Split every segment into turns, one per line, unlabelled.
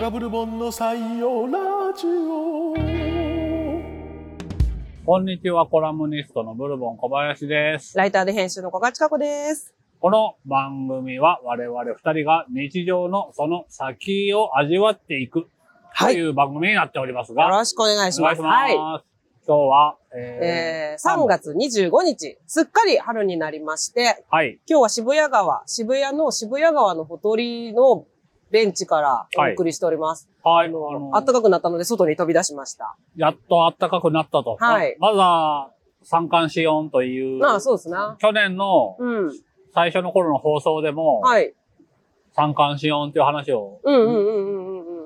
ラブルボンの採用ラジオ
こんにちは、コラムニストのブルボン小林です。
ライターで編集の小賀千佳子です。
この番組は我々二人が日常のその先を味わっていくと
よ
いう番組になっておりますが、
ろしくお願いします。
お願いし
は
ます今日は、
い。
え
えー、3月25日、すっかり春になりまして、
ー、はい、
今日は渋谷川、渋谷の渋谷川のほとりのベンチからお送りしております。
はい、あ
あの
の、
暖かくなったので外に飛び出しました。
やっと暖かくなったと。
はい
ままだ、三寒四温という、
まあ、そうですな。
去年の
うん。
最初の頃の放送でも、
はい。
三寒四温という話を、
うんうんうんうんう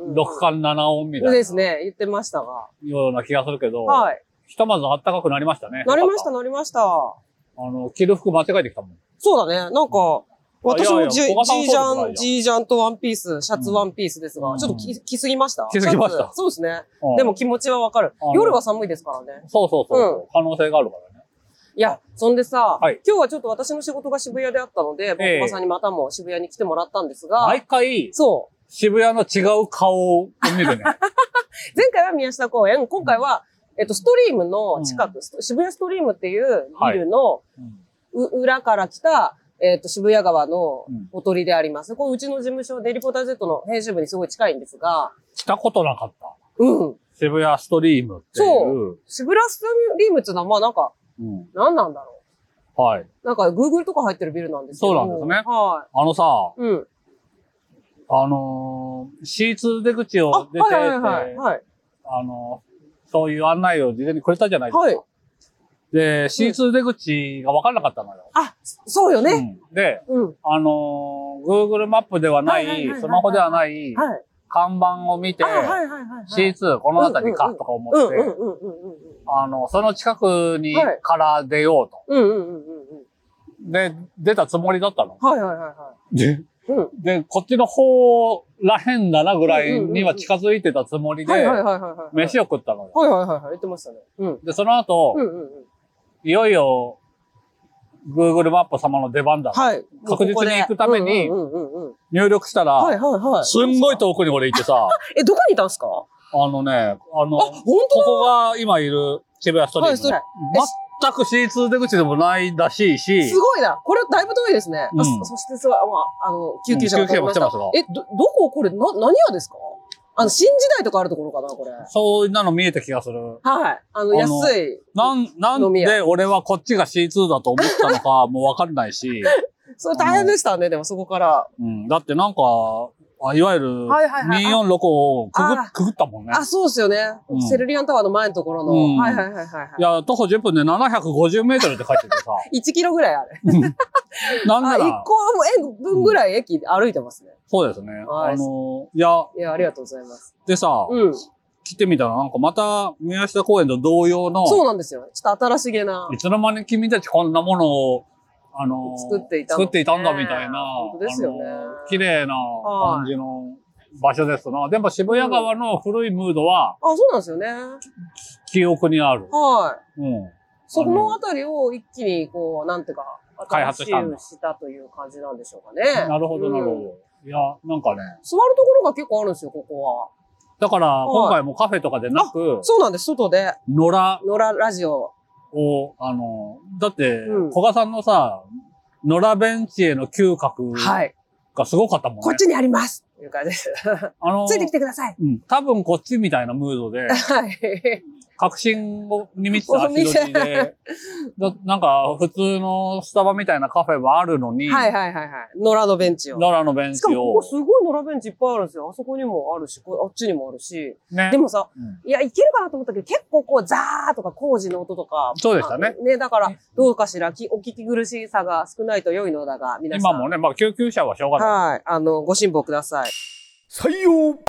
んうん。
六寒七温みたいな
ですね。言ってましたが。
ような気がするけど、
はい。
ひとまず暖かくなりましたね。
なりまし
よ
た、
かっ
なりました。
た。あの、着る服間違えてきたもん。
そうだね。なんか、私
いやい
も
や
ジ
小
ジー
笠
ジ
原そ
ャ
うでもないよ
ン、ジージャンとワンピース、シャツワンピースですが、
うん
ちょっと着着すぎました。
着すぎました
シャツそうですね。
うん
でも、気持ちはわかる
あの。
夜は寒いですからね。
そうそうそう、可能性があるからね。
いや、そんでさ、
はい
今日はちょっと私の仕事が渋谷であったので、
ええ
僕はさんにまたも渋谷に来てもらったんですが、
毎回、
そう。
渋谷の違う顔を見 るね。
前回は宮下公園、今回は、えっと、ストリームの近く、スト渋谷ストリームっていうビルの
うん
う、裏から来た、えっと、渋谷川の
うん
ほとりであります。これ、うちの事務所、デイリーポーター Z の編集部にすごい近いんですが、
来たことなかった。
うん。
渋谷ストリームっていう。
渋谷ストリームっていうのは、まあなんか、
うん。
何なんだろ
はい。
う。なんか、Google とか入ってるビルなんですけど。
そうなんですね
は
あのさ、
い。うん。
あのー、C2 出口
あ、は
を
い
出てって、
はい
あ,、
はい。はい。
のー、そういう案内を事前にくれたじゃないですか。
はい。
で、C2 出口が分からなかったのよ。
あ、そうよね。
うんで、
うん。
あのー、Google マップではな
はいはいはいはい
い、
はい
スマホではない、
はい。
看板を見て
あ、、はいはいはいはい。
C2 この辺りかとか思
うん
っ
う
て、
んうんうんうんうん。
あの、その近くに
はい
から出ようと。
うんうんうんうんうん。
で、出たつもりだったの。
はいはいはいは
で、
い。うん。
でこっちの方らへんだなぐらいには近づいてたつもり
はい
で
は、いはいはいはい。
飯
を。
を食ったのよ。
はいはいはいはい。言ってましたね。うん。
で、その後
う、んうんうん。
いよいよ、Google マップ様の出番だ。
はい。
確実に行くために
うんうんうんうん。
入力した
はい
ら、
はいはい。
すんごい遠くに俺行ってさ、
え、どこにいたんすかあ、
あのね、あの、こ
本当
こが今いる渋谷ストリ
はい、
ー
そ
ム
れ
の。。全く C2 出口でもないらしいし
す、ごいな。これだいぶ遠いですね。
うん
あそそしてそう、まあ、あの、救急車が通りました。
うん救急車も
え、ど、どここれ、な、何屋ですかあの、新時代とかあるところかな、これ。
そんなの見えた気がする。
はい。あ
あ
の、
の
安い。
なん、なん
飲み
で
屋
俺はこっちが C2 だと思ったの かもうわかんないし、
それ大変でしたね、でもそこから。
うん、だってなんか、あいわゆる
はいはいはい
246をくぐ
あ
くぐったもんね。
あ、そうですよね
うん。
セルリアンタワーの前のところ
うん
の。はいはいはいはい
い
は
や、徒歩10分で750メートルって書いててさ、
い。1キロぐらいあれ。
なんな
あ、1
ら、
個分ぐらい駅歩いてますね。
そうですね。
はい
あの、いや、
いや、ありがとうございます。
でさ、
うん。
来てみたらなんかまた宮下公園と同様の、
そうなんですよ。ちょっと新しげな。
いつの間に君たちこんなものを、あの
作っていたの
作っていたんだみたいな。
本当ですよね
あの綺麗な感じの場所ですな。でも渋谷川の古いムードは
あ、そうなんですよね。
記憶にある。
はい。
うん。
そこのあたりを一気に、こう、なんていうか、
開発したんだ
新しくしたという感じなんでしょうかね。
なるほど、なる
うん
ほど。いや、なんかね。
座るところが結構あるんですよ、ここ
だから、今回もカフェとかでなく
は。、そうなんです、外で。
野良
野良ラジオ。
を、あの、だって
う、ん
古賀さんのさ、野良ベンチへの嗅覚
はい。
がすごかったもんね。
こっちにありますという感じです。
あの
ついてきてください。
うん。多分こっちみたいなムードで、
はい。
確信に満ち た足取りで、だなんか普通のスタバみたいなカフェはあるのに、
はいはいはいはい。野良のベンチを。
奈良のベン
し
チ
かもこ
を
こす、ごい野良ベンチいっぱいあるんですよ。あそこにもあるし、こあっちにもあるし。
ね
で、もさ、
うん
いや、いけるかなと思ったけど、結構こう、ザーとか工事の音とか。
そうでしたね
あね、だから、どうかしら、きお聞き苦しさが少ないと良いのだが、皆さん。
今もね、まあ救急車はしょうがない。
はい。あの、ご辛抱ください。
採用
なんか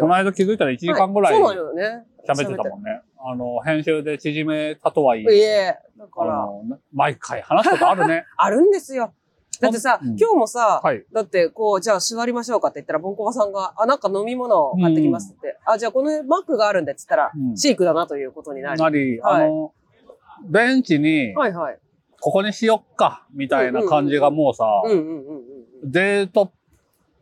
この間気づいたら1時間ぐらい
は
喋
そうなのよね。
ってたもんね。あの、編集で縮めたとはい
喋ってい
え、
え、だ
あ
から、
の、毎回話すことあるね。
あるんですよ。だってさ、
うん
今日もさ、
はい。
だって、こう、じゃあ座りましょうかって言ったら、ボンコバさんが、あ、なんか飲み物を買ってきますって。あ、じゃあこのマックがあるんでって言ったら、
うん
シークだなということになり。
なり、あ
はい
の、ベンチに、
はいはい。
ここにしよっか、みたいな感じがもうさ、
うんうんうんうんうん。
デートっ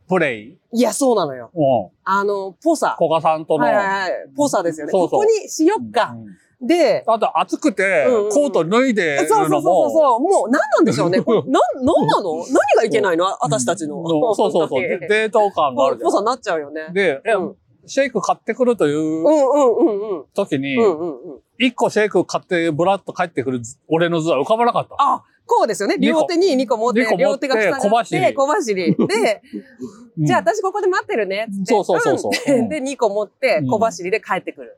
プレイ。
いや、そうなのよ。
うん。
あの、ポサ。
古賀さんとの。
はいはいはい。ポサですよね。
そうそう
ここにしよっか。
うん
で、
あと暑くて
うんうん、
コート脱いで
そ
る
うそうそ
の
うそう
も。
そう。もう何なんでし ょうね。これなん、なんなの何がいけないのあ私たちの。
うんそうそうそ う。でデート感があるじ
ポサになっちゃうよね
ゃん。。で、え
うん
シェイク買ってくると
う
いうん
うんうんうん。
時に
う、んうんうん。
一個シェイク買ってブラッと帰ってくる俺の図は浮かばなかった。
あ、こうですよね。
二個
両手に2個持って
二個持、って
両手が塞がって、小
小
走り。で、
うん
じゃあ私ここで待ってるねっつって。
そうそうそうそうん
で、2個持って、小走りで帰ってくる。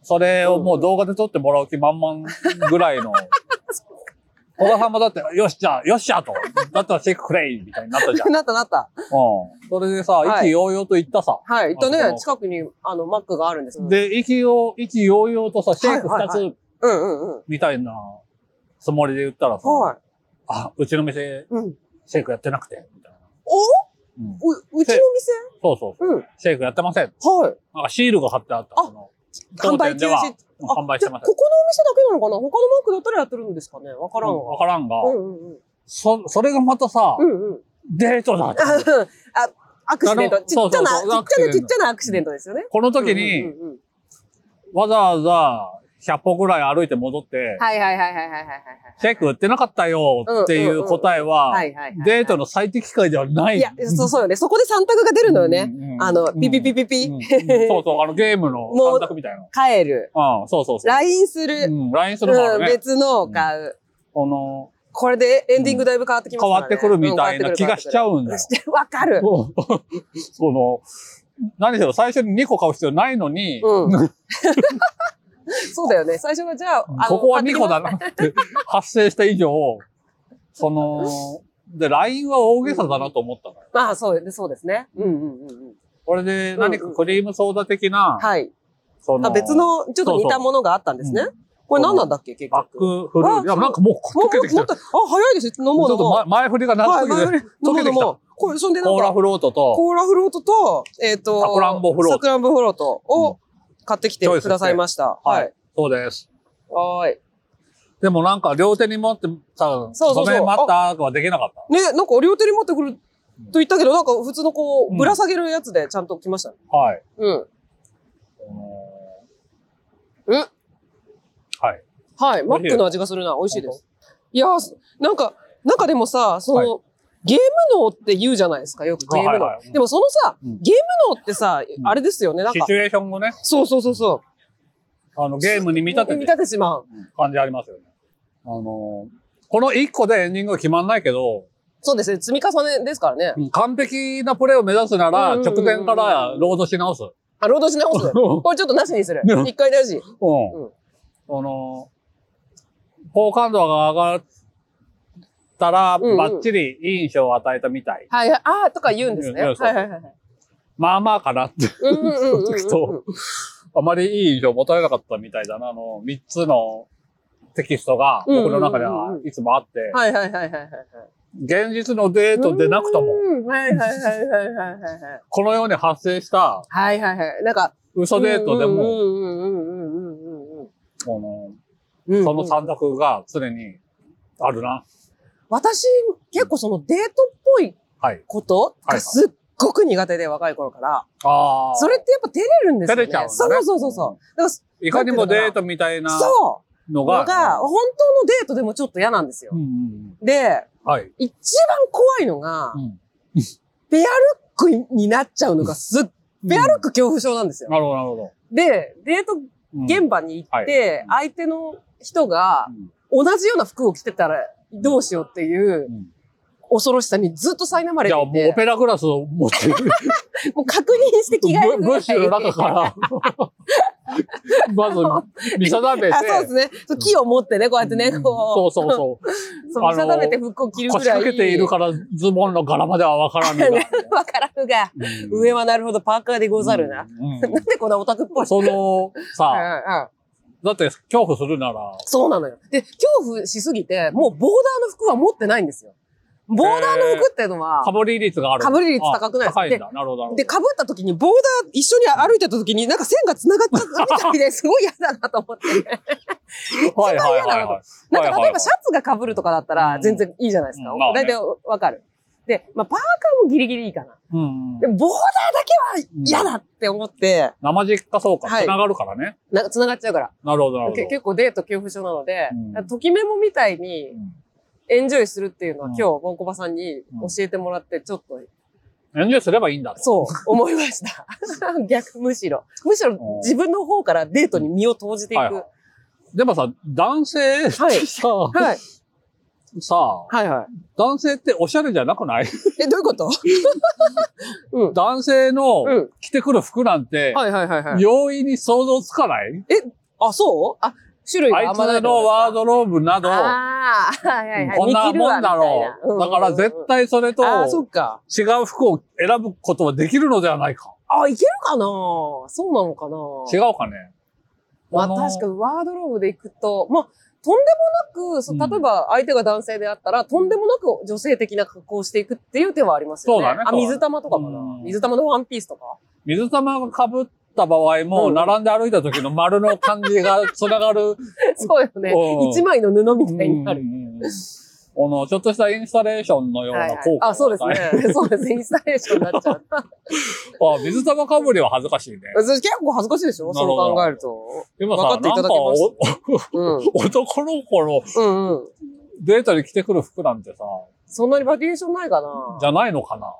それをもう動画で撮ってもらう気満々ぐらい の。小田さんもだって、よしじゃあ、よっしゃと。だったらシェイクくれいみたいになった じゃん。うん。
なったなった。
それでさ、
は
意気
い
揚々と行ったさ。
はい。と
あそ
ね、
う
近くに、あの、マックがあるんです。
で、意気揚意気揚々とさ、シェイク
はい
2
はい
つ
うんうんうん。
みたいなつもりで言ったらさ、
はい。
あ、うちの店
うん。
シェイクやってなくて、みたいな。
お
うん、
う、うちの店
そうそうそう。
うん。
シェイクやってません。
はい。
なんかシールが貼ってあった。
あ
その
販売休
当店
止。あ
ではうん販売してません
じゃあここのお店だけなのかな他のマークだったらやってるんですかねわからん
うんわ
わ。
からんが、
うんうんうん。
そ、それがまたさ、
うんうん。
デートだって
あ、アクシデン
あ
ト。
の
ちっちゃ
そ
な、
うそうそう
ちっちゃな
アクシデント
ちっちゃなアクシデントですよね。
この時に、
うんうんうんうん
わざわざ100歩ぐらい歩いて戻って、
はいはいはいはいはいはいはい。
チェック売ってなかったよっていう答え
は
は、
いはいはい。
デートの最適解ではない。
いや、そうそうよね。そこで三択が出るのよね。
うん。うん
あの、ピピピピ
うんう
ピ
ん。そうそう、あのゲームの
もう
三択みたいな。
帰る。
うん、そうそうそう。
LINE する。
うん、LINE するの
う
が
ん、
ね、
別のを買う。
この、
これでエンディングだいぶ変わってき
変
ますから
わ
ね
ってくるみたいな気がしちゃうんだよ。
うん。 わかる。
そうその、何しろ最初に2個買う必要ないのに、
うん。そうだよね。最初はじゃあ、あの
ここは2個
買
だなって発生した以上、その、で、LINE は大げさだなと思ったのよ。
まあ、そうそうですね。うんうんうんうん。
これで何かクリームソーダ的な、
はい。
その、
あ、別の、ちょっと似たものがあったんですね。これ何なんだっけ、結
バッ
局。
クフルー
あ
ツ。いや、なんかもう
も
溶
う
けてきた
もっ。とあ、早いですよ。飲もう
ちょ
飲
っと
もう
ま。前振りが長すぎ
はい
て、
前振り
溶けてきた
もうもうもうこれ、そんでなん
コーラ
か、
フロートと、
コーラフロートと、えっ、と、
サクランボフロート
サクランボフロート
う
を買ってきて
チョイスして
くださいました。はい。
そうです。
はーい。
でもなんか両手に持ってさ、
そうそう
ごめん待ったとかできなかった。
ね、なんか両手に持ってくると言ったけど、なんか普通のこ
う
う、
ん
ぶら下げるやつでちゃんと来ましたね。
はい。
うん。
うん
うん
はい。
はい。マックの味がするな。美味しいです。いやー、なんか、なんかでもさ、その、ゲーム脳って言うじゃないですか、よくゲーム
はい
脳。
はいはい
でもそのさ、
うん
ゲーム脳ってさ、
ん
あれですよね、なん
シ
か
チ。ュエーションをね、
そうそうそうそう。
あの、ゲームに見立て
見
て
立てしまう。
感じありますよね。あのーこの1個でエンディングが決まんないけど、
そうですね、積み重ねですからね。
完璧なプレーを目指すなら、
うんうんうん
直前からロードし直す。
あ、労働し直 す。
う
これちょっとなしにする
う。ん
一回なし。
ん。あのー好感度が上がったら、
うんうん
バッチリいい印象を与えたみたい。
はいはい。ああ、とか言うんですね。
い
は
や
い
そう
は
そ
いうはいはい。
まあまあかなって、
うんうんうんうん
そうそうあまりいい印象を持たれなかったみたいだな、あの、3つのテキストが僕の中ではいつもあって、
はいはいはいはいはいはい。
現実のデートでなくとも、
うん。はいはいはいはいはいはいはい。
このように発生した
はいはいはい。なんか、
嘘デートでも、
うんうんうんうんうんうんうん
この
うんうん。
その三択が常にあるな。
私、結構そのデートっぽい
はい。
こと
はいは
が
い
すっごく苦手で、若い頃から。
ああ。
それってやっぱ照れるんですよね。
照れちゃうんだね
そうそうそうそう。だから
いかにもデートみたいな
そ
の
うの
が。
が、本当のデートでもちょっと嫌なんですよ
うん。うん
で、
うん。はい。
一番怖いのが
う、ん。
ペアルックになっちゃうのがすっ、ペアルック恐怖症なんですよ。
なるほど、なるほど。
で、デート
うん
現場に行って、
は
相手の人が
うん
同じような服を着てたらどうしようっていう
うん
恐ろしさにずっと苛まれ
じゃあ、
て
も
い
うオ
て、
ペラグラスを 持って、
もう確認して着替え
ブ
るぐら
ブッ
い
シュの中 から、まず見定めて
あ、そうですね。そう木を持ってね、こうやってね、
そ
こ
うそう そう。
う、そう見定めて服を着るぐ
腰
らい。
掛けているからズボンの柄まではわからぬが。
わからんが、 上はなるほどパーカーでござるな。
うん。う
なんでこんなオタクっぽい
んその、
うん
さ、
うん
だって恐怖するなら、
そうなのよ。で、恐怖しすぎて、もうボーダーの服は持ってないんですよ。ボーダーの服っていうのは
か、ぶり率がある。
かぶり率高くないですか
あ高いんだ。なるほどなるほど。
で、被った時にボーダー一緒に歩いてた時になんか線が繋がっちゃったみたいで、すごい嫌だなと思 って。
はいはい
一番嫌
は
ないの
はい。
なん
はい
か
は
例
い
えばシャツが被るとかだったら
うん
全然いいじゃないですか
うんまあ。ね
大体わかる。で、まあ、パーカーもギリギリいいかな。
うんうん
で。も、ボーダーだけは嫌だって思って、
生実家そうか、
はい
繋がるからね。
なんか繋がっちゃうから。
なるほど、なるほど
け。結構デート恐怖症なので、
うん
ときメモみたいにエンジョイするっていうのは
うん
今日、ボンコバさんに教えてもらって、ちょっと、
うんエンジョイすればいいんだと。
そう、思いま した。逆、むしろ。むしろ自分の方からデートに身を投じていく。
はいはでもさ、男性って
はい
さ、
はい。
さあ、
はいはい。
男性っておしゃれじゃなくない
え、どういうことうん。
男性の
うん。
着てくる服なんて、
はいはいはいはい。
容易に想像つかない
あ、そうあ、種類が
あ
あ
い
んまない
つのワー
ド
ドローブなど、
ああ、はいはいはい。
こんな
見切る
も
わ
んだろ
みたいな
う。だから絶対それと
うんうんうんあー、そっか。
違う服を選ぶことはできるのではないか。
あ、いけるかなそうなのかな
違うかね。
ま
あ
あ
の
確かにワードローブで行くと、まあ、とんでもなく、そ
う
う
ん
例えば相手が男性であったら、とんでもなく女性的な格好をしていくっていう手はありますよね。
そうだね
あ、
そうだね
水玉とかかな
うん
水玉のワンピースとか
水玉が被った場合も、
うん
並んで歩いた時の丸の感じが繋が る。
そうよね
うん。
一枚の布みたいになる。
うんこの、ちょっとしたインスタレーションのよう
はい
な
はい
効果。
あ、そうです。ね。そうですね。インスタレーションになっちゃう。
あ、水玉かぶりは恥ずかしいね。
私結構恥ずかしいでしょ
なる
そう
ほど
考えると。
でもさ、
分かってい
な
た
ん
だ
か
けま
お
しうん。うん
男の子の
うん。
デートに着てくる服なんてさ、
そんなにバリエーションないかな
じゃないのかな。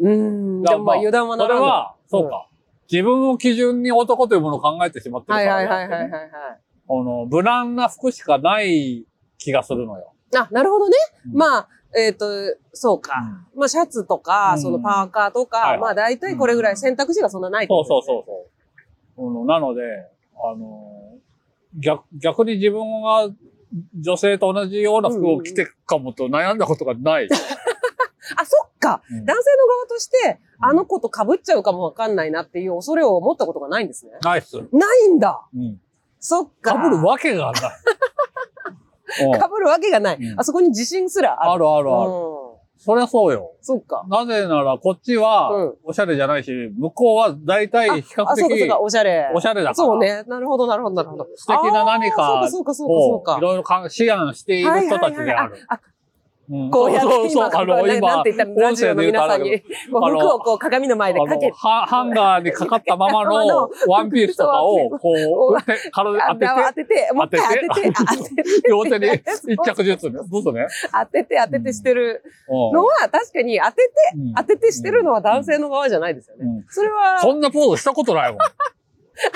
うん。でもまあ油断はな
それ
らんだ
は、そうか。自分を基準に男というものを考えてしまってるか
は
ら
い
ね、
はいはいはいはいはい。
この、無難な服しかない気がするのよ。
あ、なるほどね。
うん
まあ、えっ、と、そうか。
うん
まあ、シャツとか、
うん
そのパーカーとか、
はいはい
まあ、大体これぐらい選択肢がそんなないって
そ
こ
うそう
と
そうそう。このなので、あのー逆、逆に自分が女性と同じような服を着てくかもと悩んだことがない。
ですね。あ、そっか。
うん
男性の側として、あの子と被っちゃうかもわかんないなっていう恐れを持ったことがないんですね。
ないっす。
ないんだ。
うん。
そっか。
かぶるわけ がない。うん
被るわけがない、
うん
あそこに自信すらある。
あるあるある。
うん
そりゃそうよ。
そっか。
なぜなら、こっちは
うん、
おしゃれじゃないし、向こうは大体比較
あ、そうかそう
的
か、、おしゃれ。
おしゃれだから。
そうね。なるほど、なるほど、なるほど。
素敵な何か
あーそうか、そうか、
を
そうか、
い
そうか。
ろいろか思案している人たちであ
はいはいはい
る。
あ、
うん
こうやって
そうそう
今、
そうあ
こ
の、
うやってなん
今
て、言ったら、ラジオの皆さん
音声で
に、こ
あ
う
の
服をこう鏡の前で
あ
かけ
の
て、
ハハンガーにかかったままの
あの
ワンピースとかを、こう、手 体
あ
に当
当
てて、
てて、もう一回当てて、あ当てて、
両手に一着ずつね。どうぞね。
当てて当ててしてる
う
のは、確かに当てて、
ん
当ててしてるのは男性の側じゃないですよね。
うん
それは、
そんなポーズしたことないもん。あ、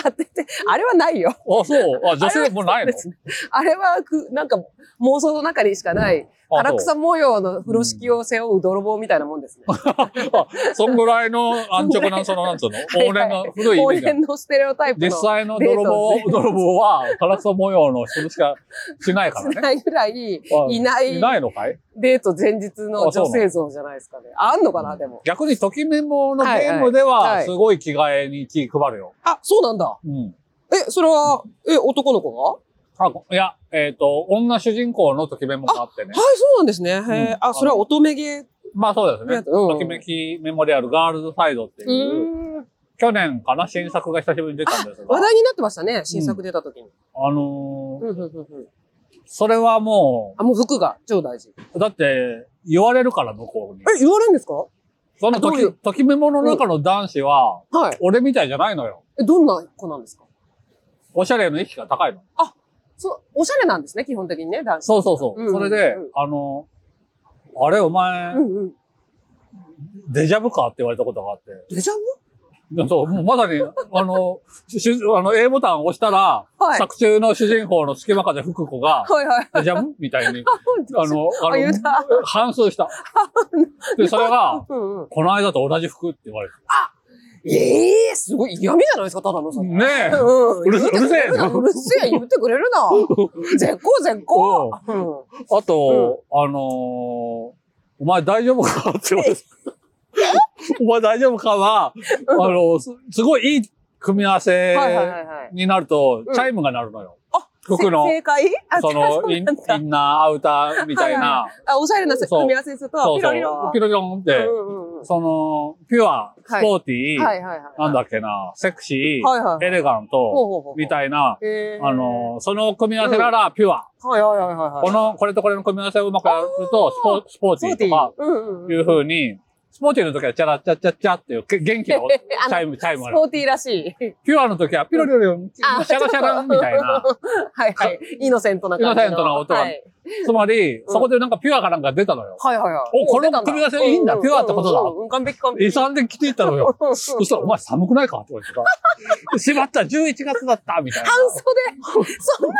当てて、あれはないよ。
そう。あ、女性もうないの
ですね あれはく、なんか妄想の中にしかない、
あ
唐
そう
草模様の風呂敷を背負う泥棒みたいなもんですね。
あそんぐらいの安直な、その、なん つうの往年の古いイメ
往
ージだ
年のステレオタイプ
実
の。
際の泥
デート
棒、泥棒は、唐草模様の人しかしないからね。
ないぐらい、
あ
いない
いないのかい
デート前日の女性像じゃないですかね。あんのかな、でも。
逆に、ときめものゲ
はいはい
ームで
は
は、
い
すごい着替えに気配るよ。
あ、そうなんだ。
うん。
え、それは、え、男の子が
あ、いや、えっ、と、女主人公のときめもがあってね。
はい、そうなんですね。へ
う
え
ん。
あ、それは乙女芸。
まあそうですね。
うん
ときめきメモリアルガールズサイドっていう、
うん。
去年かな、新作が久しぶりに出たんですが、
話題になってましたね。新作出た時に。
あのー
うん、うん、うん、うん。
それはも
あ、もう服が超大事。
う、だって、言われるから、向こうに。
え、言われるんですか
そのと
どういう
き、ときメモの中の男子は、
はい。
俺みたいじゃないのよ。
え、どんな子なんですか
おしゃれの意識が高いの。
そう、おしゃれなんですね、基本的にね、男子。
そうそうそう。
うんうん
それで
うん、
あの、あれお前、
うんうん。
デジャブかって言われたことがあって。
デジャ
そう、もうまさに、あの、しゅあの A ボタンを押したら、
ブはい。
作中の主人公の隙間風福子が、
はいはい。
デジャブみた いに、あの、あ
あ言うた
の、反数 した。で、それが、
うんうん。
この間と同じ服って言われて。
ええすごい嫌味じゃないですか、ただのそれ。
ねえ
うん。
うるせうるせえ
言うてくれるなうるせえ、言ってくれるな。 絶好絶好。うん。
あと、あのーお前大丈夫かって言われて。お前大丈夫かは、あの、すすごいいい組み合わせ
はいはいはいはい。
になると
う、ん
チャイムが鳴るのよ。
あ、
服の
せ、正解あ、
そ
そ
の
う
イン、
なんだ
イ。ンナー、アウターみたいな、
あ、おしゃれな
そう
組み合わせにすると、
そう
ピ
そ
ロ
う
リロ、
ピロリロンって
う、んうんうん
その、ピュア、スポーティー、
はいはいはい。
なんだっけな、セクシー、
はいはいはい。
エレガン
ほう
ト、
ほうほう
みたいな、
えー
あ、の、その組み合わせならピュア。
はいはいはいはいはい。
この、これとこれの組み合わせをうまくやると、スポスポー
ス
テ
ポ
ィ
ー
ーと
ティー
か、
うんうんうん
いう風に、スポーティーの時はチャラチャチャチャ っていうけ元気の
あの
チャイム、チャイム
ス
あ
ポ
る。
ーティーらしい。
ピュアの時はピロリロリン、シ
あ
ャラシャランみたいな。
はいはい。イノセントな感じの。
イノセントな音が
はい
つまり、
ん
そこでなんかピュアかなんか出たのよ。
はいはいはい。
おこの組み合わせいいんだピュアってことだ
うんうんうん完璧完
遺
璧。
産で着ていったのよ。そしたら、お前寒くないかって言わ れてさ。しまった、11月だったみたいな。
半袖、そんな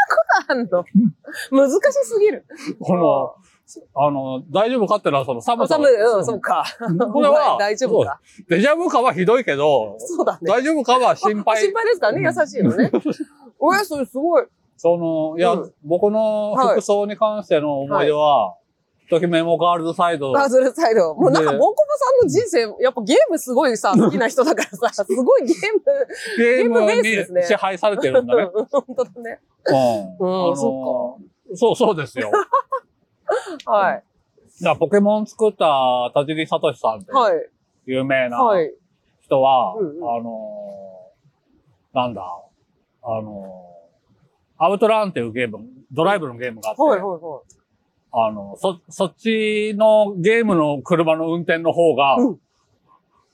ことあんの難しすぎる。
この、あの、大丈夫かってのはその寒
お
さ
さ
の。
む、うん、そうか。
これは
大丈夫か。
デジャブかはひどいけど、
そうだね。
大丈夫かは心 配
心。配ですからね、優しい のね。おや、それすごい。
その、いや、
うん
僕の服装に関しての思い出は、ときメモガールズサイド。
バズルサイド。もうなんか、
ね
ボンコブさんの人生、やっぱゲームすごい さ、好きな人だからさ、すごいゲ
ゲ
ーム。
ーム
ゲームベースですね
に支配されてるんだね。
うん本当だね。
う
うん
ん。あの
そ
そうそうです よ。だか
はい。
らポケモン作った田尻聡さんって
はい。
有名な
はい。
人は、
うんうん
あのーなんだ、あのーアウトランっていうゲーム、ドライブのゲームがあって、
はいはいは
あの、そ、そっちのゲームの車の運転の方が、
うん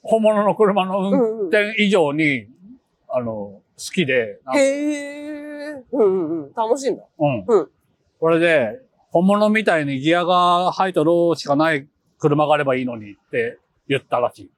本物の車の
い。う
運
んうん
転以上に、あの、好きで、なんか
へえ。うんうんうん。楽しいんだ。
うん。
うん
これで、本物みたいにギアが入ったローしかない車があればいいのにって言ったらしい。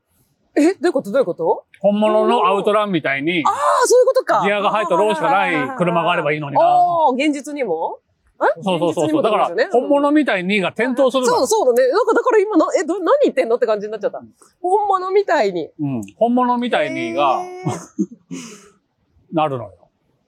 え、どういうことどういうこと
本物のアウトランみたいに、
ああ、そういうことか。
ギアが入ったローしかない車があればいいのにな。
ああ、現実にもえ
そうそうそうそう。だから、本
の
物みたいにが点灯する
そう
の。
だそうだね。なんかだから今な、え、ど、何言ってんのって感じになっちゃった。本物みたいに。
うん。本物みたいにが
へー
なるのよ。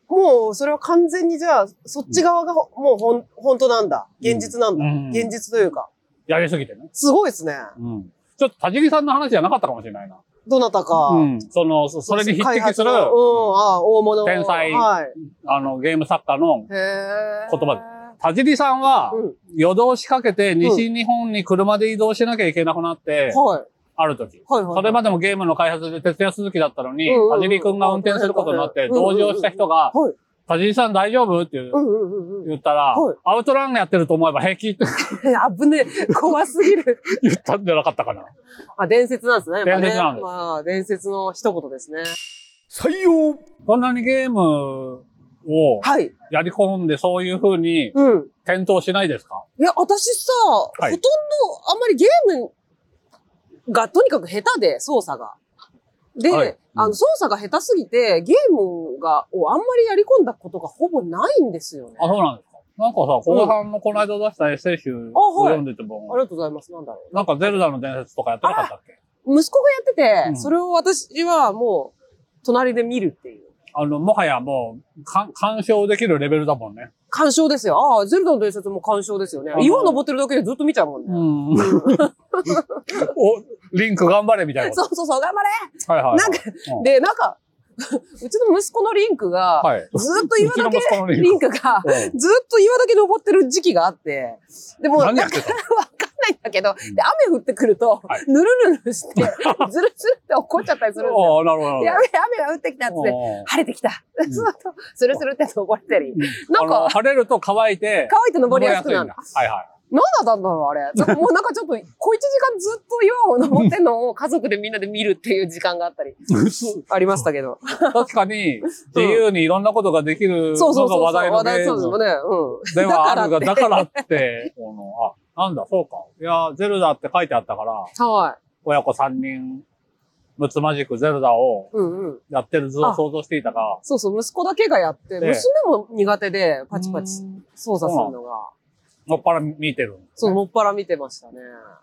もう、それは完全にじゃあ、そっち側がほ、もうほん、本当なんだ。現実なんだ。
うん
現実というか。
やりすぎてね。
すごいですね。
うん。ちょっと田尻さんの話じゃなかったかもしれないな。
どなたか。
うん。その、そそれに匹敵する、
開発のうん、ああ、大物。
天才
はい。
あの、ゲーム作家の
へえ。
言葉田尻さんは、
うん。
夜通しかけて西日本に車で移動しなきゃいけなくなって、
はい。
ある時。
はいはい。
それまでもゲームの開発で徹夜続きだったのに、
うんうんうん
田尻くんが運転することになって、
うんうん
同
うん
乗した人が
はい、
田尻さん大丈夫って言う
うんうんうんうん。
言ったら
はい、
アウトランやってると思えば平気って
え、危ねえ。怖すぎる。
言ったんじゃなかったかな。
あ、伝説なんですね。やっぱね
伝説なんです
まあ、伝説の一言ですね。
採用
そんなにゲームを
はい。
やり込んでそういう風に
うん。
転倒しないですか
いや、私さ、
い
ほとんどあんまりゲームがとにかく下手で、操作が。で、
はい
あの、操作が下手すぎて、ゲームが、をあんまりやり込んだことがほぼないんですよね。
あ、そうなんですかなんかさ、後半のこの間出したエッセイ集
はい
を読んでて
あ
も、
りがとうございます。なんだろ
なんかゼルダの伝説とかやってなかったっけ
う。息子がやってて、
うん
それを私はもう、隣で見るっていう。
あの、もはやもう、かん鑑賞できるレベルだもんね。
鑑賞ですよ。ああ、ゼルダの伝説も鑑賞ですよね
あ。の
岩登ってるだけでずっと見ちゃうもん ね。
ん。お、リンク頑張れみたいなこ
そうそうそう、頑張れ
と。はいはいはい。
なんか
うん
で、なんか、 うちの息子のリンクが、
はい。
ずっと岩だ
うちの息子の
け、
リンク
リン クが、
うん
ずっと岩だけ登ってる時期があって、でも、なん
何
か
や
わ
ってた
かんないんだけど、
ん
で、雨降ってくると
はい、
ぬるぬるし て、ずるずるって怒っちゃったりするんですよ。
ああ、なるほど。
やべえ、雨が降ってきたっつって、晴れてきた。
ん
ずっと、スルスルって登れたり。な
なんんか、
か、
晴れると乾いて、
乾いて登りやすくなる。
登りやすいんだはいはい。
なんだったんだろう、あれ。なんか もうなんかちょっと、小一時間ずっと岩を登ってんのを家族でみんなで見るっていう時間があったり、ありましたけど。
確かに、自由にいろんなことができる
そうそ
の
うそ
が話
うそう。
題の
話
ゲ
題そうで
ー
すよ
ム
ね。うん。
ではあるが、
だ
だか
か
らって、この、あ、なんだ、そうか。いや、ゼルダって書いてあったから、
はい。
親子3人、むつまじくゼルダを
うんうん。
やってる図を
あ
想像していたが、
そうそう、息子だけがやって、
ええ
娘も苦手で、パチパチ
うん。
操作するのが、
もっぱら見てるんです
そう、
ね。
もっぱら見てましたね。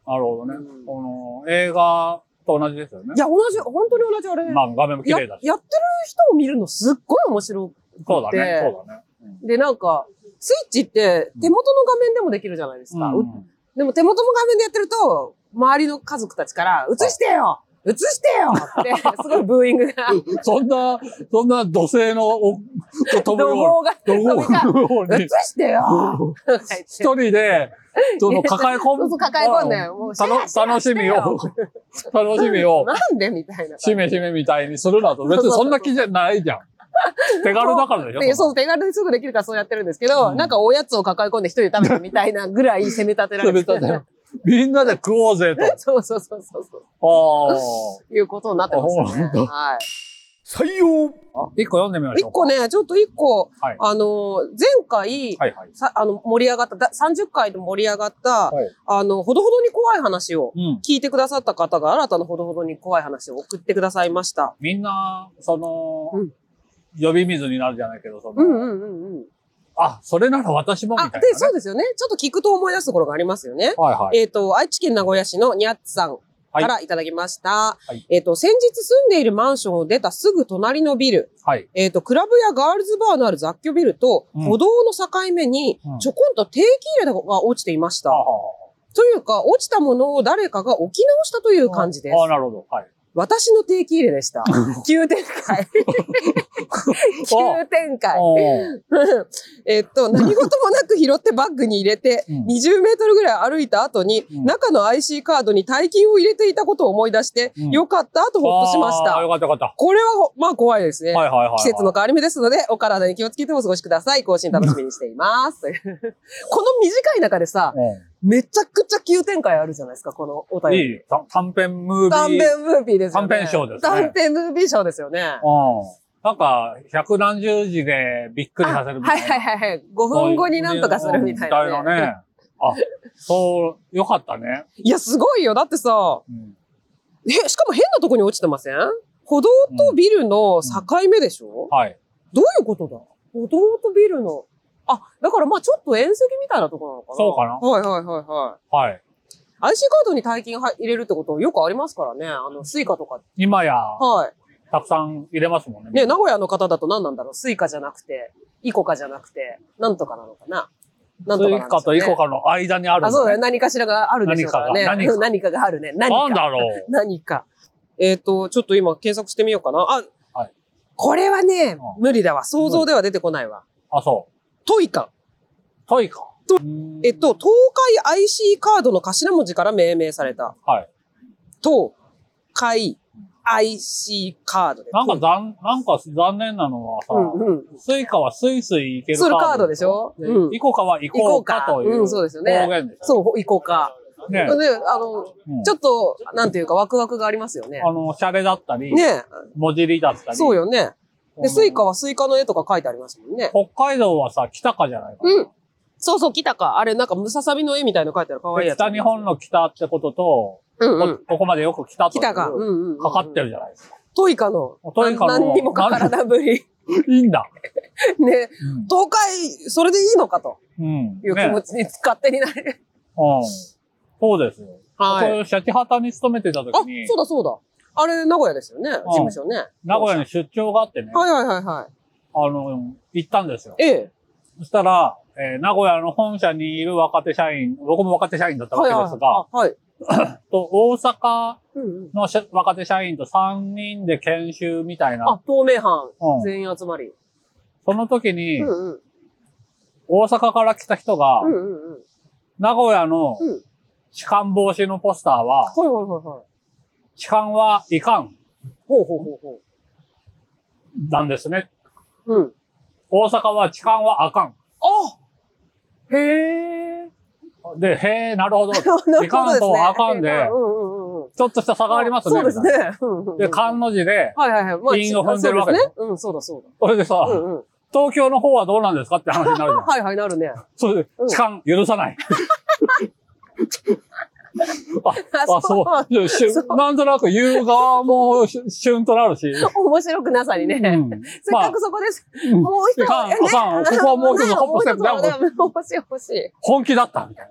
なるほどね
うん。
この、映画と同じですよね
い。や、同じ、本当に同じあれ。
まあ、画面も綺
や
麗
やっ
だ
て
し。
る人を見るのすっごい面白
そうだね
で、
そうだね。うん
い。で、なんか、スイッチって手元の画面でもできるじゃないですか。
うん
うでも手元の画面でやってると、周りの家族たちから、映してよ映
映してよって、すごいブーイングが、
そんな、そんな土星のお、飛ぶ
怒
よ
号が、
うな、怒号のよう
映
に、
してよとか言って
一人で、その抱え込
そう
む
そう、抱え込んだよ。もうシェア
楽
シェア
楽
て
し
よ
みを、楽しみを、
なんでみたいな。
しめしめみたいにするなと。別にそんな気じゃない じゃん。手軽だからでしょ
で
そん
そう、手軽ですぐできるからそうやってるんですけど、なんかおやつを抱え込んで一人で食べてみたいなぐらい攻め立てら
な
れ
冷
て
たいよみんなで食おうぜ と。
そうそうそうそうそう。
あ
いうことになってますよね。はい。
採用
あ。一個読んでみまし
一
ょうか。
個ね、ちょっと一個、
はい
あの、前回、
はいはい。
さあの、盛り上がった、だ30回で盛り上がった、
はい
あの、ほどほどに怖い話を
うん。
聞いてくださった方が、新たなほどほどに怖い話を送ってくださいました。
みんな、その、
うん
呼び水になるじゃないけど、その、
うんうんうんうん。
あ、それなら私もみた
あ、
いな、
で
ね。、
そうですよね。ちょっと聞くと思い出すところがありますよね。
はいはい。
えっ、と、愛知県名古屋市のニャッツさんからいただきました。
い
えっ、と、先日住んでいるマンションを出たすぐ隣のビル、
はい。
えっ、と、クラブやガールズバーのある雑居ビルと、
うん
歩道の境目に
うん、
ちょこんと定期入れが落ちていました。
ああ
というか、落ちたものを誰かが置き直したという感じです。
ああ、なるほど。はい。
私の定期入れ でした。急展開。急展開。
お
えっと、何事もなく拾ってバッグに入れて、
うん
20メートルぐらい歩いた後に、
うん
中の IC カードに大金を入れていたことを思い出して、
うん
よかったとほっとしまし
ああ、
た
よ。かったよかった。
これはほ、まあ怖いですね。
はいはいはい、はい。
季節の変わり目ですので、お体に気をつけてお過ごしください。更新楽しみにしています。 というこの短い中でさ、
う
めちゃくちゃ急展開あるじゃないですか、このお
ん。
便り。
いい。た短編ムービー。
短編ムービーですよね。
短編賞ですね
短編ムービー賞ですよね。
うん。なんか、百何十字でびっくりさせるみた
は
い
い
な。
はいはいはい。5分後になんとかするみたいな、
うんみたいなね。あ、そう、よかったね。
いや、すごいよ。だってさ、
うん。
へ、しかも変なとこに落ちてません歩道とビルの境目でしょ、
はい。
どういうことだ歩道とビルの。あ、だからまあちょっと縁石みたいなとこなのかな
そうかな。
はいはいはいは
はい。
い。IC カードに大金は入れるってことよくありますからね。あの、スイカとか。
今や、
は
たくさん入れますもんね。
い。ね、名古屋の方だと何なんだろうスイカじゃなくて、イコカじゃなくて、なんとかなのかななんとか
ス
な
イ
んで
カ
しょ
と
うね
イコカの間にあるん
あ、そうだね。何かしらがあるでしょうからね。
何かが何か
うん 何かがあるね。何か。
なんだろう。
何か。えっ、と、ちょっと今検索してみようかな。あ、
はい
これはね、
う
無理だわ。想像では出てこないわ。
あ、そう。
トイカ。
トイカ。
と
うん
えっと、、東海 IC カードの頭文字から命名された。
はい。
東海 IC カードで。
なんか残、なんか残念なのはさ、
うんうん。
スイカはスイスイいける
するカードでし
ょ。
ょうん。
イコカはイコカとい
イコカう
うん
そうですよね
方言ですよ
そう、イコカ。
ね。
で、あの、
うん
ちょっと、なんていうか、ワクワクがありますよね。
あの、シャレだったり、
ね
もじりだったり。
そうよね。
この
で、スイカはスイカの絵とか書いてありますもんね。
北海道はさ、北かじゃないかな。
うん。そうそう、来たか。あれ、なんか、ムササビの絵みたいの書いてある。かわいい
で
やつ。
北日本の北ってことと、
うん、う
こ
ん。
ここまでよく来たと
来たか。うんうんうんうん
かかってるじゃないですか。
トイカの。
トイカの
なん何にもかからな ぶり。
いいんだ。
ね、東海、それでいいのかと
うん。
いう気
ね
持ちに勝手になる。
うん。そうですよ。
は
こ
い。
れシャチハタに勤めてた時
あ、
に、
そうだそうだ。あれ、名古屋ですよね。事務所ね。
名古屋に出張があってね、
はいはいはいは
あの、行ったんですよ。
い。ええ。
そしたら、えー名古屋の本社にいる若手社員、僕も若手社員だったわ
はい
け
はい
ですが、
あはい。
と大阪
うんうん
の社若手社員と3人で研修みたいな
あ、、透明班。
うん
全員集まり。
その時に、
うんうん。
大阪から来た人が、
うんうんうん。
名古屋の
うん
痴漢防止のポスターは、
はいはいはいはい。
痴漢はいかん
ほうほうほうほ
なんですね。
う。うん。
大阪は痴漢はあかん。
あへえ。
で、へえ、なるほど。
な
時間とあかんで
うんうんうんうん。
ちょっとした差がありますね。
そうです
みたい
ね。うんうんうん
なで、漢の字で、
はいはいはい。ま
韻を踏んでるわけ
そうすね。うん、そうだそう
それでさ、
だ。うんうん。
東京の方はどうなんですかって話になる じゃん。
はいはい、なるね。
それで
うん、
痴漢許さない。あ、
そ
そううでしゅ
そ。う
なんとなく言う側もししゅんとなるし。
面白くなさにね。
う
せっ
ん
かくそこです。
うん
もう一
い
つ。
かん、
ね
あかん、ここはもう一つホップステップだ。
ね欲しい欲しい。
本気だったみたい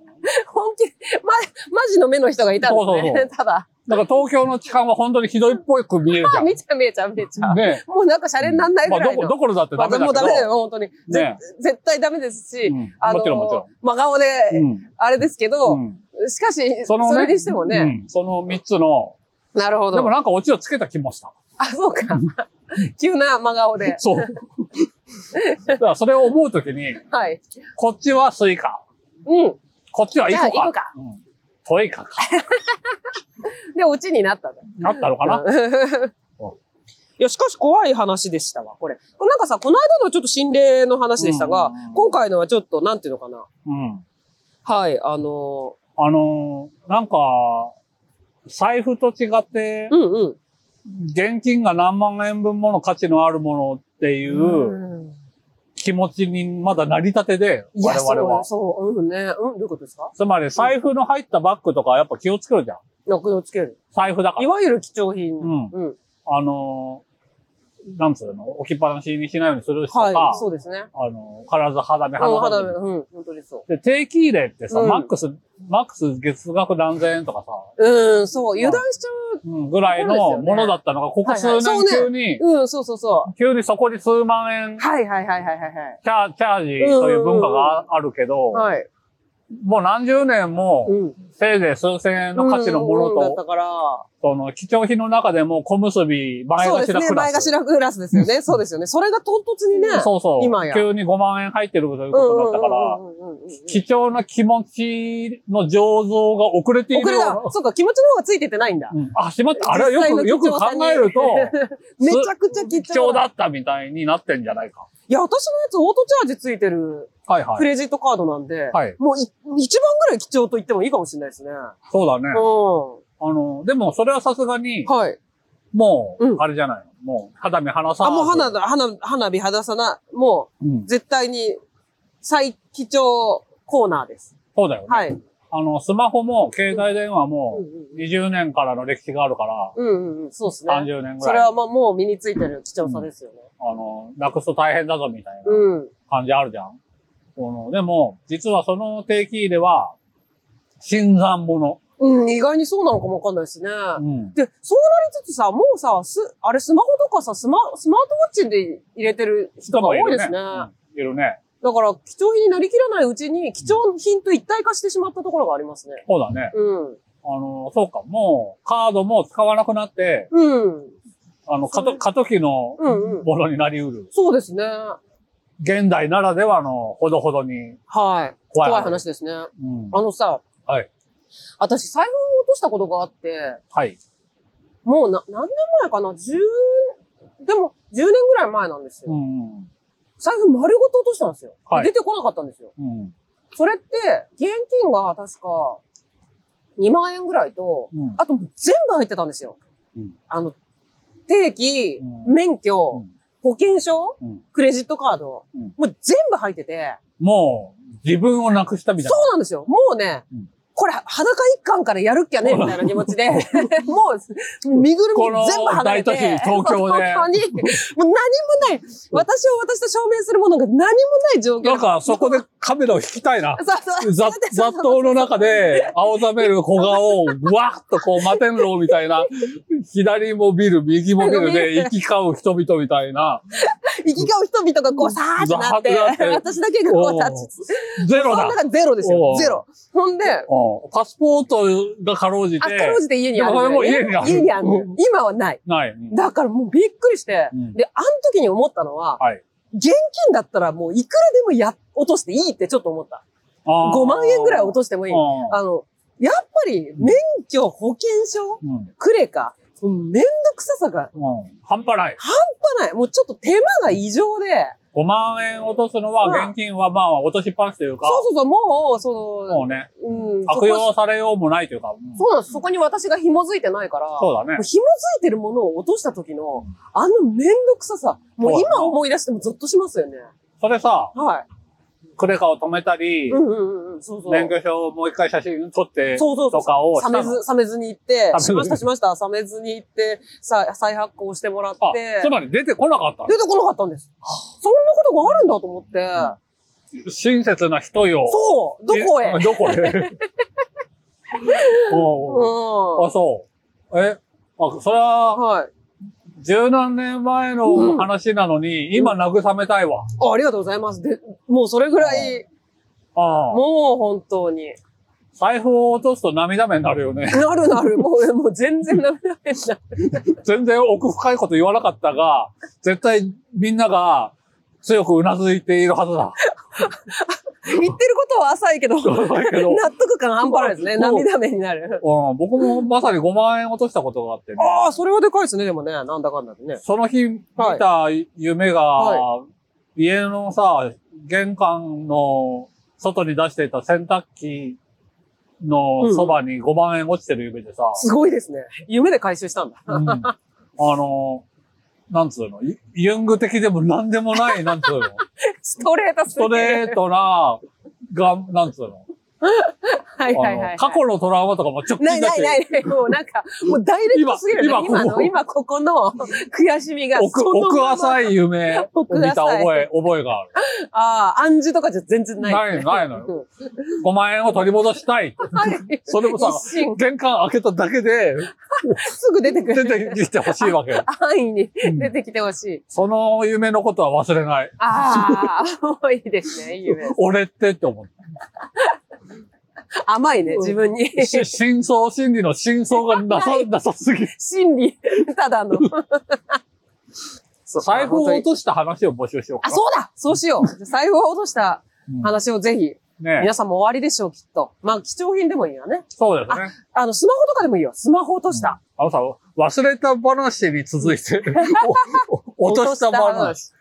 本気、ま、マジの目の人がいたんです
そうそうそ
ね。ただ。
な。だから東京の痴漢は本当にひどいっぽく見えるじゃん。
見ちゃめちゃめちゃ。
ね
もうなんかシャレになんない
ま
ぐ
あ、
ら
ど
いの。
こ、どころだってダメだけど。
もうダメだよ、本当に。
ね
ぜ絶対ダメですし
う、ん
あ
もちろんもち
の
ろ、
真顔
ん。
で、
うん
あれですけど
う、ん
しかし、
そ
そ
のね
れにしてもね、
うんその三つの
なるほ
でも
ど。
なんかオチをつけた気もした。
あ、そうか。 急な真顔で。
そう。だからそれを思うときに、
はい。
こっちはスイカ。
うん。
こっちはイコ
じゃあイコ
か。
か
うん。トイカか。
で、オチになったんだ。
なったのかな、
いや、しかし怖い話でしたわ、これ。なんかさ、この間のはちょっと心霊の話でしたが
うん、
今回のはちょっと、なんていうのかな。
うん。
はい、あの
あのーなんか、財布と違って
ー、うんうん。
現金が何万円分もの価値のあるものっていう気持ちにまだ成り立てで、
い
我
や、
々は。
そう、そう、うんね。うん、どういうことですか
つまり財布の入ったバッグとかやっぱ気をつけるじゃん。
薬用つける。
財布だか
い
ら。
わゆる貴重品。
うん。
うん。
あのーなんつうの置きっぱなしにしないようにするしとか、
はい、そうですね。
あのー必ず肌身
あの、
離
肌
さず
の、うん、本当にそ
で、定期入れってさ、
うん
マックス、マックス月額何千円とかさ、
う。うん、そう、油断しちゃう。
うん、ぐらい
そうです
の
よね
ものだったのが、ここ数
はいはい
年
そ
急
う
に、
うん、そうそうそ
急にそこに数万円
う。はいはいはいはいはい
チャーチャージという文化があるけど、
はい。はい。
もう何十年も
うん。
せいぜい数千円の価値のもの
うんうんうんだった
と、
から。
その貴重品の中でも小結び、前
そうで
頭ク
す
ラス。
ね。前頭クラスですよね。そうですよね。それが唐突にね。
そうそう。
今や
急に5万円入ってるということだったから、
うんうんうんうんうんうん
貴重な気持ちの醸造が遅れてい
遅
る
れ
よう
だ
な。。
そうか、気持ちの方がついててないんだ。
うんあ、しまった。あれはよ
実際の
く、よく
貴重
考
さに
えると、
めちゃくちゃ 貴重。
貴重だったみたいになってんじゃないか。
いや、私のやつオートチャージついてる
はいは
ク
い。
レジットカードなんで、
はい。
もうい一番ぐらい貴重と言ってもいいかもしれないですね。
そうだね。
う
あの、でもそれはさすがに
ん。、はい。
も
う
う、
ん
あれじゃないの。もう、肌身離さ
あ、
ない。
もう花だ、花、花火肌さな、も
うん
う、。絶対に、最貴重コーナーです。
そうだよね。
はい。
あの、スマホも携帯電話
うん
も
うん
20年からの歴史があるから、
うんうん、そうですね。
30年ぐ
そ
らい
れ、はまあもう身についてる貴重さですよね。
あの、なくすと大変だぞみたいな
うん。
感じあるじゃん。このでも、実はその定期入れは、新参者。
うん、意外にそうなのかもわかんないですね。
うん。
で、そうなりつつさ、もうさ、す、あれスマホとかさ、スマ、スマートウォッチで入れてる人が多いですね。
うんいるね。
だから、貴重品になりきらないうちに、貴重品と一体化してしまったところがありますね。
そうだね。
うん。
あの、そうか、もう、カードも使わなくなって、
うん。
あの、
そ
過
う
渡過渡期の
うんうん
ものになりうる。
そうですね。
現代ならではのほどほどに
はい。
怖い。
怖い話ですね。あ
うん。
のさ、
はい。
私、財布を落としたことがあって、
はい。
もうな、何年前かな ?10、でも、10年ぐらい前なんですよ。
うん。うん
財布丸ごと落としたんですよ。
はい
出てこなかったんですよ。
うん。
それって、現金が確か、2万円ぐらいと、
うん
あともう全部入ってたんですよ。
うん
あの、定期、
うん
免許、
うん
保険証、
うん
クレジットカード、
うん
もう全部入ってて、
もう、自分をなくしたみたい
そうなんですよ。もうね、
うん
これ裸一貫からやるっきゃね、みたいな気持 ちで、もう、身ぐるみ
この
全部離れて、
大都市東京で
本当に、もう何もない、私を私と証明するものが何もない状況
な。なんか、そこでカメラを引きたいな
そ。う そう、
ざ雑踏の中で、青ざめる小顔を、わーっとこう、摩天楼みたいな、左もビル、右もビル で行き交う人々みたいな、
行き交う人々がこうさーってなって、
ザーってなって
私だけがこう立ちつつ、
ゼ
そ
ロ
ん
だ
ながゼロですよ
お、ー
ゼロ。ほんで、あ、
うんパスポートがかろうじ
か
て、
ろうじて家にあるんだよ
でもそれも家にある
家にある
うん。
今はない。
ない。うん
だからもうびっくりして、
うん
で、あの時に思ったのは、
はい
現金だったらもういくらでもや、落としていいってちょっと思った。
あー
5万円ぐらい落としてもいい。
うん
あの、やっぱり免許、保険証、
うん
クレカ、そのめんどくささが
うん半端ない。
半端ない。もうちょっと手間が異常で、
5万円落とすのは、現金はまあ、落としっぱなしというか、
そうそうそう、もう、その、
もうね、
うん、そこ
悪用されようもないというか、うん
そうなんです。そこに私が紐づいてないから。
そうだね
もう。紐づいてるものを落とした時の、あのめんどくささ。もう
そうだ
今
な
思い出してもゾッとしますよね。
それさ、
は
クレカを止めたり
い。う、んうんうん。そうそう。
免許証をもう一回写真撮って、
そうそうそう。
とかをした
サメ
の
ズ、サメズに行って、
サメズ
しましたしました。サメズに行って、さ、再発行してもらって
あ、、つまり出てこなかったの
出てこなかったんです。そんなことがあるんだと思って、
親切な人よ。
そうどこへ
え どこ へおうおうあ、
う
そう。え、あ、それ
ん。
は、
はい。
十何年前の話なのに、今慰めたいわ。
あありがとうございます。で、もうそれぐらい、
ああ。
もう本当に。
財布を落とすと涙目になるよね。
なるなる。もう、もう全然ダメだめだ。
全然奥深いこと言わなかったが、絶対みんなが強くうなずいているはずだ。
言ってることは浅いけど、納
だけど、
得感半端ないですね。
そう
涙目になる。
うん、僕もまさに5万円落としたことがあってね。
ああ、それはでかいですね、でもね。なんだかんだでね。
その日見た夢が、
は
家のさ、玄関の外に出していた洗濯機のそばに5万円落ちてる夢でさ、
すごいですね。
夢で回収したんだ。
うんあの、なんつうの、ユユング的でもなんでもない、なんつうの、
ストレートス
ストレートな、が、なんつうの、
はいはいは
あ
い。
の過去のトラウマとかも直
な
近
い
だ
な
し
い、ないない。もうなんか、もうダイレクトすぎるね。
今
今
今ここ
の、今ここの悔しみが、
奥、
その
奥
まま
浅い夢を見た覚え、覚えがある。
ああ、暗示とかじゃ全然ない。
ないの、ないのよ。5万円を取り戻したい。
はい。
それもさ、
一心、
玄関開けただけで、
すぐ出てく
出
る。
てきてほしいわ けよ。
安易に
うん
出てきてほしい。
その夢のことは忘 れない。
ああ、もういいですね、いい夢。
俺ってっ て思う。
甘いね、自分に。
し真相心理の真相がなさ、なさすぎる。
心理、ただの。
財布を落とした話を募集しよう
あ、
か。
そうだそうしよ う。財布を落とした
うん
話をぜひ。
ね
皆さんも終わりでしょう、きっと。まあ、貴重品でもいいよね。
そうですね。
あの、スマホとかでもいいよ。スマホ落とした。
あのさ、忘れた話に続い て、おお落とした話。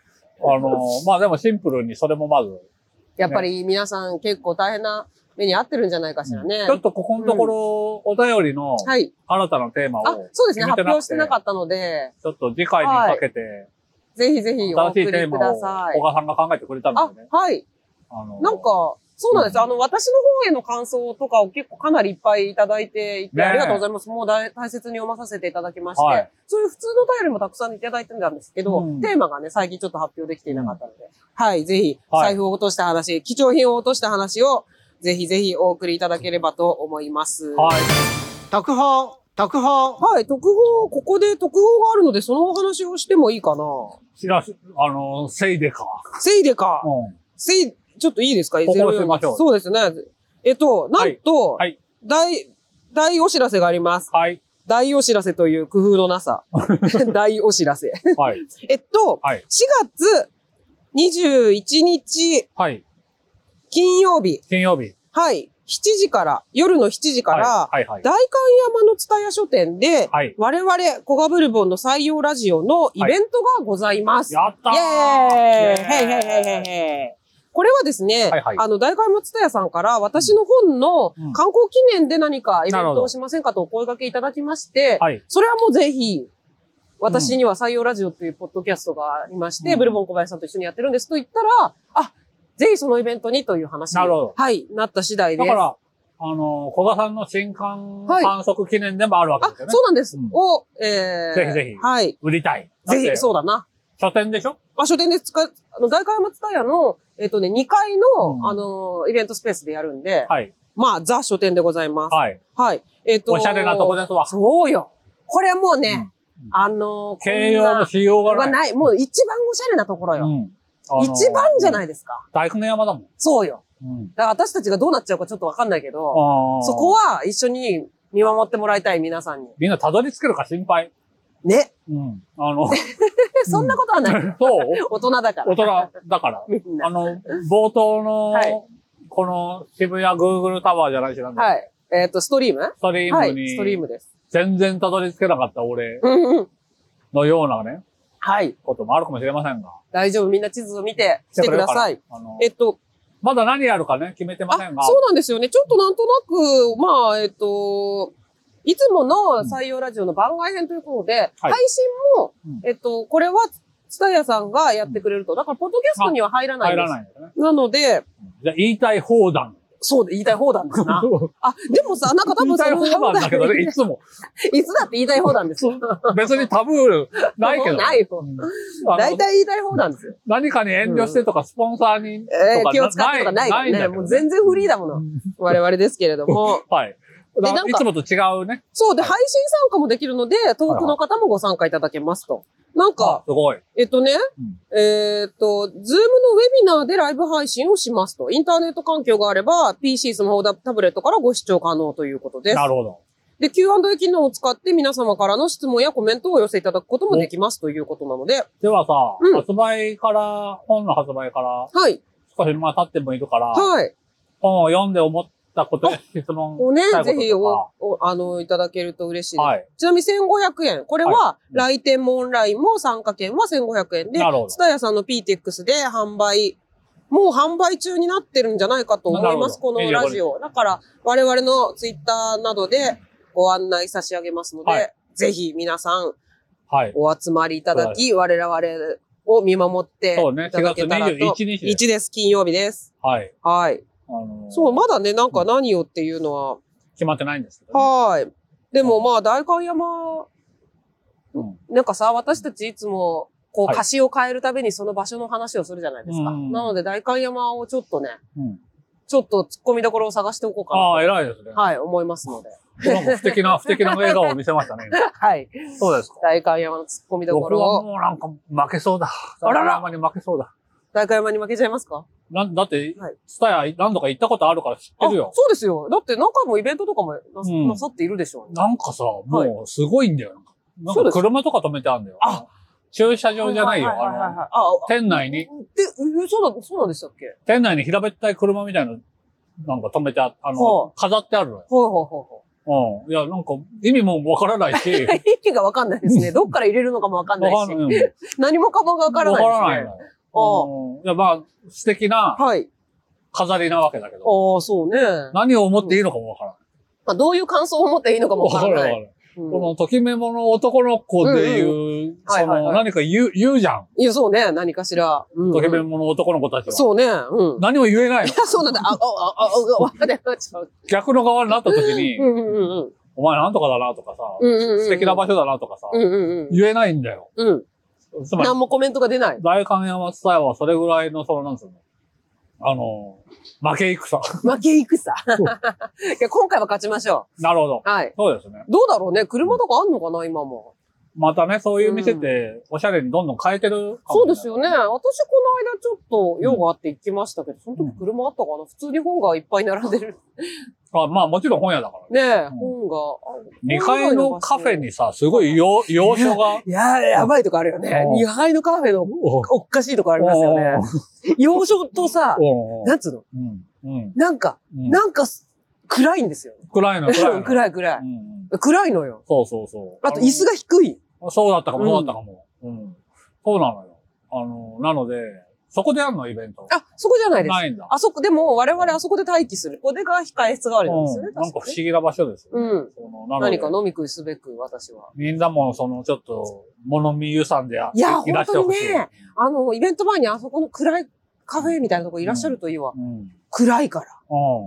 あの、まあでもシンプルにそれもまず、
やっぱり皆さん結構大変な目に遭ってるんじゃないかしらね。
ちょっとここのところ、お便りの
はい。
新たなテーマ
あ
を、、
そうです
決
ね。
めてなくて
発表してなかったので、
ちょっと次回にかけて、
ぜひぜひお
新し
送
い
り
テー
く
マ
だ
を、
さ
小
い。
川さんが考えてくれた
あ
のでね。、
はい。
あの
なんか、そうなんです。あの、私の方への感想とかを結構かなりいっぱいいただいていて、
ねえ
ありがとうございます。もう大大切に読まさせていただきまして、
はい
そういう普通のお便りもたくさんいただいてたんですけど、
うん
テーマがね、最近ちょっと発表できていなかったので、はい、ぜひ、
はい
財布を落とした話、貴重品を落とした話を、ぜひぜひお送りいただければと思います。
はい。
特報、特報。
はい、特報、ここで特報があるので、そのお話をしてもいいかな。
知らし、あの、せいでか。
せいでか。
うん。
せい、ちょっといいですか
ここにしましょう
そうですね。えっと、なんと、
はいはい
大、大お知らせがあります。
はい。
大お知らせという工夫の なさ。大お知らせ。
はい。
えっと、
はい
4月21日
はい。
金曜日、
金曜日。
はい、7時から、夜の7時から、
はい。はい。はい
大観山の蔦屋書店で、
はい
我々、コガブルボンの採用ラジオのイベントがございます。
やったー
イェーイヘイヘイヘイ
イェーイ
ヘイヘイこれはですね、
はいはい
あの、大会松田屋さんから私の本の
うん
観光記念で何かイベン
なるほ
ト
ど
をしませんかとお声掛けいただきまして、
はい。
それはもうぜひ、私には採用ラジオというポッドキャストがありまして、
うん
ブルボン小林さんと一緒にやってるんですと言ったら、あ、ぜひそのイベントにという話に
なるほど
はい、なった次第で
だ
す。
から、あの、小賀さんの新刊
はい
観測記念でもあるわけ
あ
ですよ、ね。
そうなんです。
うん
を、えー、
ぜひぜひ
はい。
売りたい。。
ぜひ、そううだな。
書店でしょ
まあ、書店で使う、あの、外貨山蔦屋の、えっ、とね、2階の、
うん
あのー、イベントスペースでやるんで、
はい。
まあ、ザ書店でございます。はい。
はい。
えっ、と
おしゃれなとこですわ。
そうよ。これはもうね、
うんうん
あのー、
形容の
こ
しようん
な
が
は
ない。
ない。もう一番おしゃれなところよ。
うん。あの。
一番じゃないいですか。
大工の山だもん。
そうよ。
うん。
だから私たちがどうなっちゃうかちょっとわかんないけど、そこ
は
は一緒に見守ってもらいたい、皆さんに。
みんなたどり着けるか心配。
ね。
うん。あの、
そんなことはない。
そう
大人だから。
大人だから。
みんな
あ。の、冒頭の、
はい
この渋谷 Google タワーじゃないしなんだ、
はい。えっ、と、ストリーム
ストリ
は
ーム
い、ストリー
に、
ムです。
全然たどり着けなかった俺
うんうん。
のようなね、
はい。
こともあるかもしれませんが。
大丈夫。みんな地図を見て来てください。
あの
えっと、
まだ何やるかね、決めてま
あ、
せ
そうん
が。
なんですよね。ちょっとなんとなく、まあ、えっと、いつもの採用ラジオの番外編ということで、
はい
配信も
うん、
えっと、これは、ツタヤさんがやってくれると。だから、ポッドキャストには入らな
入
いで
ら
す。
ないんですね。
なので、
じゃあ言いたい放談。
そうで、言いたい放談ですな。あ、でもさ、なんか多
言い
分
たい
その、
放談だけどね、いつも。
いつだって言いたい放談ですよ。
別にタブーないけど。
ないよ
うん。あ
大
の
体言いたい放談ですよ。
何かに遠慮してとか、スポンサーにとか
え
な、
ー気を使ってとかないからね。もう全然フリーだもの。我々ですけれ ども。
然。はい。だ
なんか
いつもと違うね。
そうで、配信参加もできるので、遠くの方もご参加いただけますと。なん
あ
か、
すごい。
えっとね、
ん
えーっと、ズームのウェビナーでライブ配信をしますと。インターネット環境があれば、PC、スマホ、タブレットからご視聴可能ということです。
なるほど。
で、Q&A 機能を使って皆様からの質問やコメントをお寄せいただくこともできますということなので、
ではさ、
うん
発売から、本の発売から
はい、
少しまあ経ってもいるから、
はい。
本を読んで思ったことや質問
おね
したい、こと
ぜ
とか
ひお、お、あの、いただけると嬉しいです。
はい。
ちなみに1500円。これは
は、
来店もオンラインも参加券は1500円で
なるほ、ど
ツタヤさんの PTX で販売、もう販売中になってるんじゃないかと思います、
なるほ
こ
ど
のラジオ。だから、我々のツイッターなどでご案内差し上げますので、
はい
ぜひ皆さん
はい。
お集まりいただき、我々を見守って
そうね
いただけたらと。
4月21日です
1です、金曜日です。
はい。
はい。
あのー
そう、まだね、なんか何をっていうのは、
決まってないんですけど、ね。
はい。でもまあ、代官山、
うん
なんかさ、私たちいつも、こう、
はい
貸しを変えるたびにその場所の話をするじゃないですか。
うん
なので、代官山をちょっとね、
うん
ちょっと突っ込みどころを探しておこうか
ああ、偉い ですね。
な。はい、思いま すので。
なんか不敵な、不敵な笑顔を見せましたね。
はい。
そうですか。
代官山の突っ込みどこ
僕
ろ
は
を。
もうなんか負けそうだ。
あらら
あんまに負けそうだ。
代官山に負けちゃいますか
なんだって
はい、
ツタヤ何度か行ったことあるから知ってるよ
あ。そうですよ。だって何回もイベントとかもな,、
うん
さっているでしょう。
なんかさ、もうすごいんだよ。なんかな
そう
ん
で
か
す
車とか止めてあるんだよ。
あ
駐車場じゃないよ。
ははは
あの、
はああ、
店内に、
で、えそうだ、そうなんでしたっけはい
店内に平べったい車みたいな、なんか止めてあ、あ
は
の、飾ってあるのよ。
ほうほうほう ほ
うん。いや、なんか意味もわからない し、
う。意味がわかんな いですね。どっから入れるのかもわかんない
わ
し
か。んない。
何もかもがわからないですね。
わからないのよ。うんいや、まあ、素敵な
はい。
飾りなわけだけど、
ああ、そうね。ま
何を思っていいのかもわからない。
あ、どういう感想を持っていいのかもわから
わ
ない。
い。
うん
このときめもの男の子でいう、
はい
そ
はい
の、
はい
何か言う、言うじゃん。
いや、そうね。何かしら。うん
ときめもの男の子たちは。
そうね。うん。
何も言えないの。
そうなんだ。あ、あ、あ、あ、あ、わかんなくなっ ちゃう。
逆の側になった時に、
うんうんうんうん。
お前なんとかだなとかさ、
うんうんうん
素敵な場所だなとかさ、
うんうん
言えないんだよ。
うん。うん。
つまり、
何もコメントが出 ない。
大観山伝えはそれぐらいの、その、なんつうの、あの、負け戦。
負け戦。 いや、今回は勝ちましょ
なるほど。
う。はい。
そうですね。
どうだろうね。車とかあんのかな、今も。
またね、そういう店って、おしゃれにどんどん変えてるかも
そう
しれない
ですよね。私、この間ちょっと用があって行きましたけど、その時車あったかな普通に本がいっぱい並んでる。
あまあ、もちろん本屋だから。
ねえ、
うん
本が。あ
2階のカフェにさ、すごい洋洋書が。
いやー、やばいとこあるよね。
うん
二杯のカフェの
お
おっかしいとこありますよね。洋書とさ、
お
なんつうの
うん。うん。
なんか、
うん
なんかす、暗いんですよ。
暗いの、暗いの。い。
暗い暗い。暗いのよ。
そうそうそう。
あと、椅子
が。
が低い。
そうだったかも、そうだったかも。うん。そうなのよ。あの、なので、そこでやるの、イベント。
あ、そこじゃないです。
ないんだ。
あそこ、でも、我々あそこで待機する。これが控え室代わりなんですよ
う
ね。
んなんか不
確
思
かに
議な場所ですよね。
うん
そのなの
何
で
か飲み食いすべく、私は。
みんなも、その、ちょっと、物見湯さんであ
いや
いらしてほしい。
本あの、イベント前にあそこの暗いカフェみたいなとこいらっしゃるといいわ。
うん。
暗いから。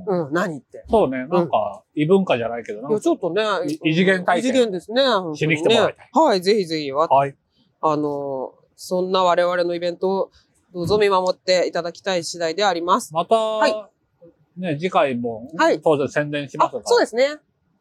うん。
うん、何って。
そうね、なんか、異文化じゃないけど、ない
や、
ん
ちょっ
か、
とね。
い異次元体験
異次元ですね。本当
しに来てもらいたい
ねはい、ぜひぜひ。わ
はい。
あの、そんな我々のイベントをどうぞ見守っていただきたい次第であります。
また、
い
ね、次回も、
はい
当然宣伝しま
あ
すが、、
そうですね。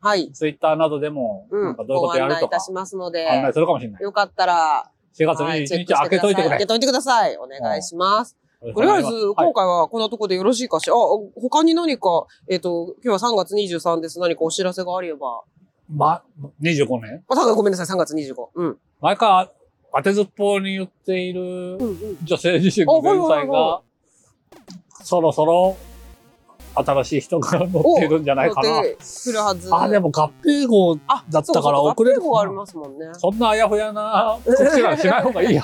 はい。
ツイッターなどでも、
う。
なんんかどういうこ
ご
とや
案
る
内
と
い
か
た、しますの
案内
で、
するかもしれない。
よかったら、
4月
はいチェ
21日
ックして
開
く
け
だ
と
さい。
いてくれ
開け。といてください。お願いします。と
と
りあえず、
はい
今、回はこんなとこでよろしいかしら。あ、他に何か、えっと、今日は3月23です。何かお知らせがあれば。
ま、25年
あ、ごめんなさい、3月25。うん。
毎回当てずっぽうに言っている女性自身の連
あはいはい
載
は
が、そろそろ新しい人が乗っているんじゃないか
お
な。
で来るはず。
あ、でも合併号
あ、
だったから遅れる
る。学校がありますもんね。
そんなあやふやな告知なんてしない方がいいや。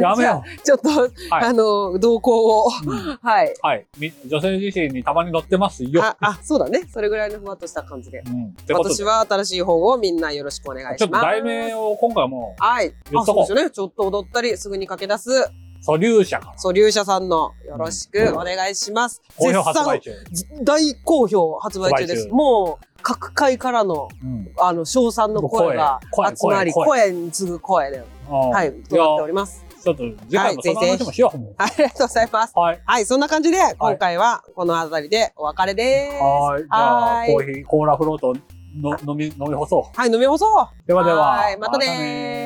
やめよう。
じゃあ。ちょっと、あの、動向を。
うん
はい。
はい。み女性自身にたまに乗ってますよ。
あ、あ、そうだね。それぐらいのふわっとした感じで。
うん。ってことで、
私
ちょ
は新しい本をみんなよろしくお願いしま
っ
す。
と題名を今回はも
はい。
言
あ、
っと
そう
こう
ですよね。ちょっと踊ったり、すぐに駆け出す、
う、素粒者から
素粒者さんのよろしくお願いします。
好評発売中。
絶賛大好評発売中
発
で
売
す。
中
もう、各界からの、
うん。
あの、賞賛の声が
声
集
声
まり、
声
声に次ぐ声で、
は。
はいい、となっております。
ちょっと次回もその話もしよう。も
ありがとうございます。
うはい。
はい、そんな感じで、今回はこのあたりでお別れです。
はい。じゃあ、
は
コ
い
ーヒー、コーラフロートの飲み、飲み干そ
はい、飲み干そう。
う。ではでは。
はいまたねー